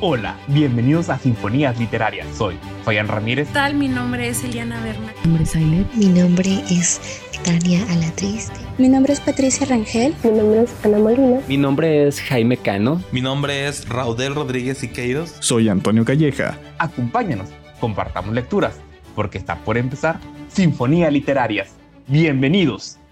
Hola, bienvenidos a Sinfonías Literarias. Soy Fabián Ramírez. tal? Mi nombre es Eliana Berman. Mi nombre es Ailet. Mi nombre es Tania Alatriste. Mi nombre es Patricia Rangel. Mi nombre es Ana Molina. Mi nombre es Jaime Cano. Mi nombre es Raudel Rodríguez Siqueiros. Soy Antonio Calleja. Acompáñanos, compartamos lecturas, porque está por empezar Sinfonía Literarias. Bienvenidos.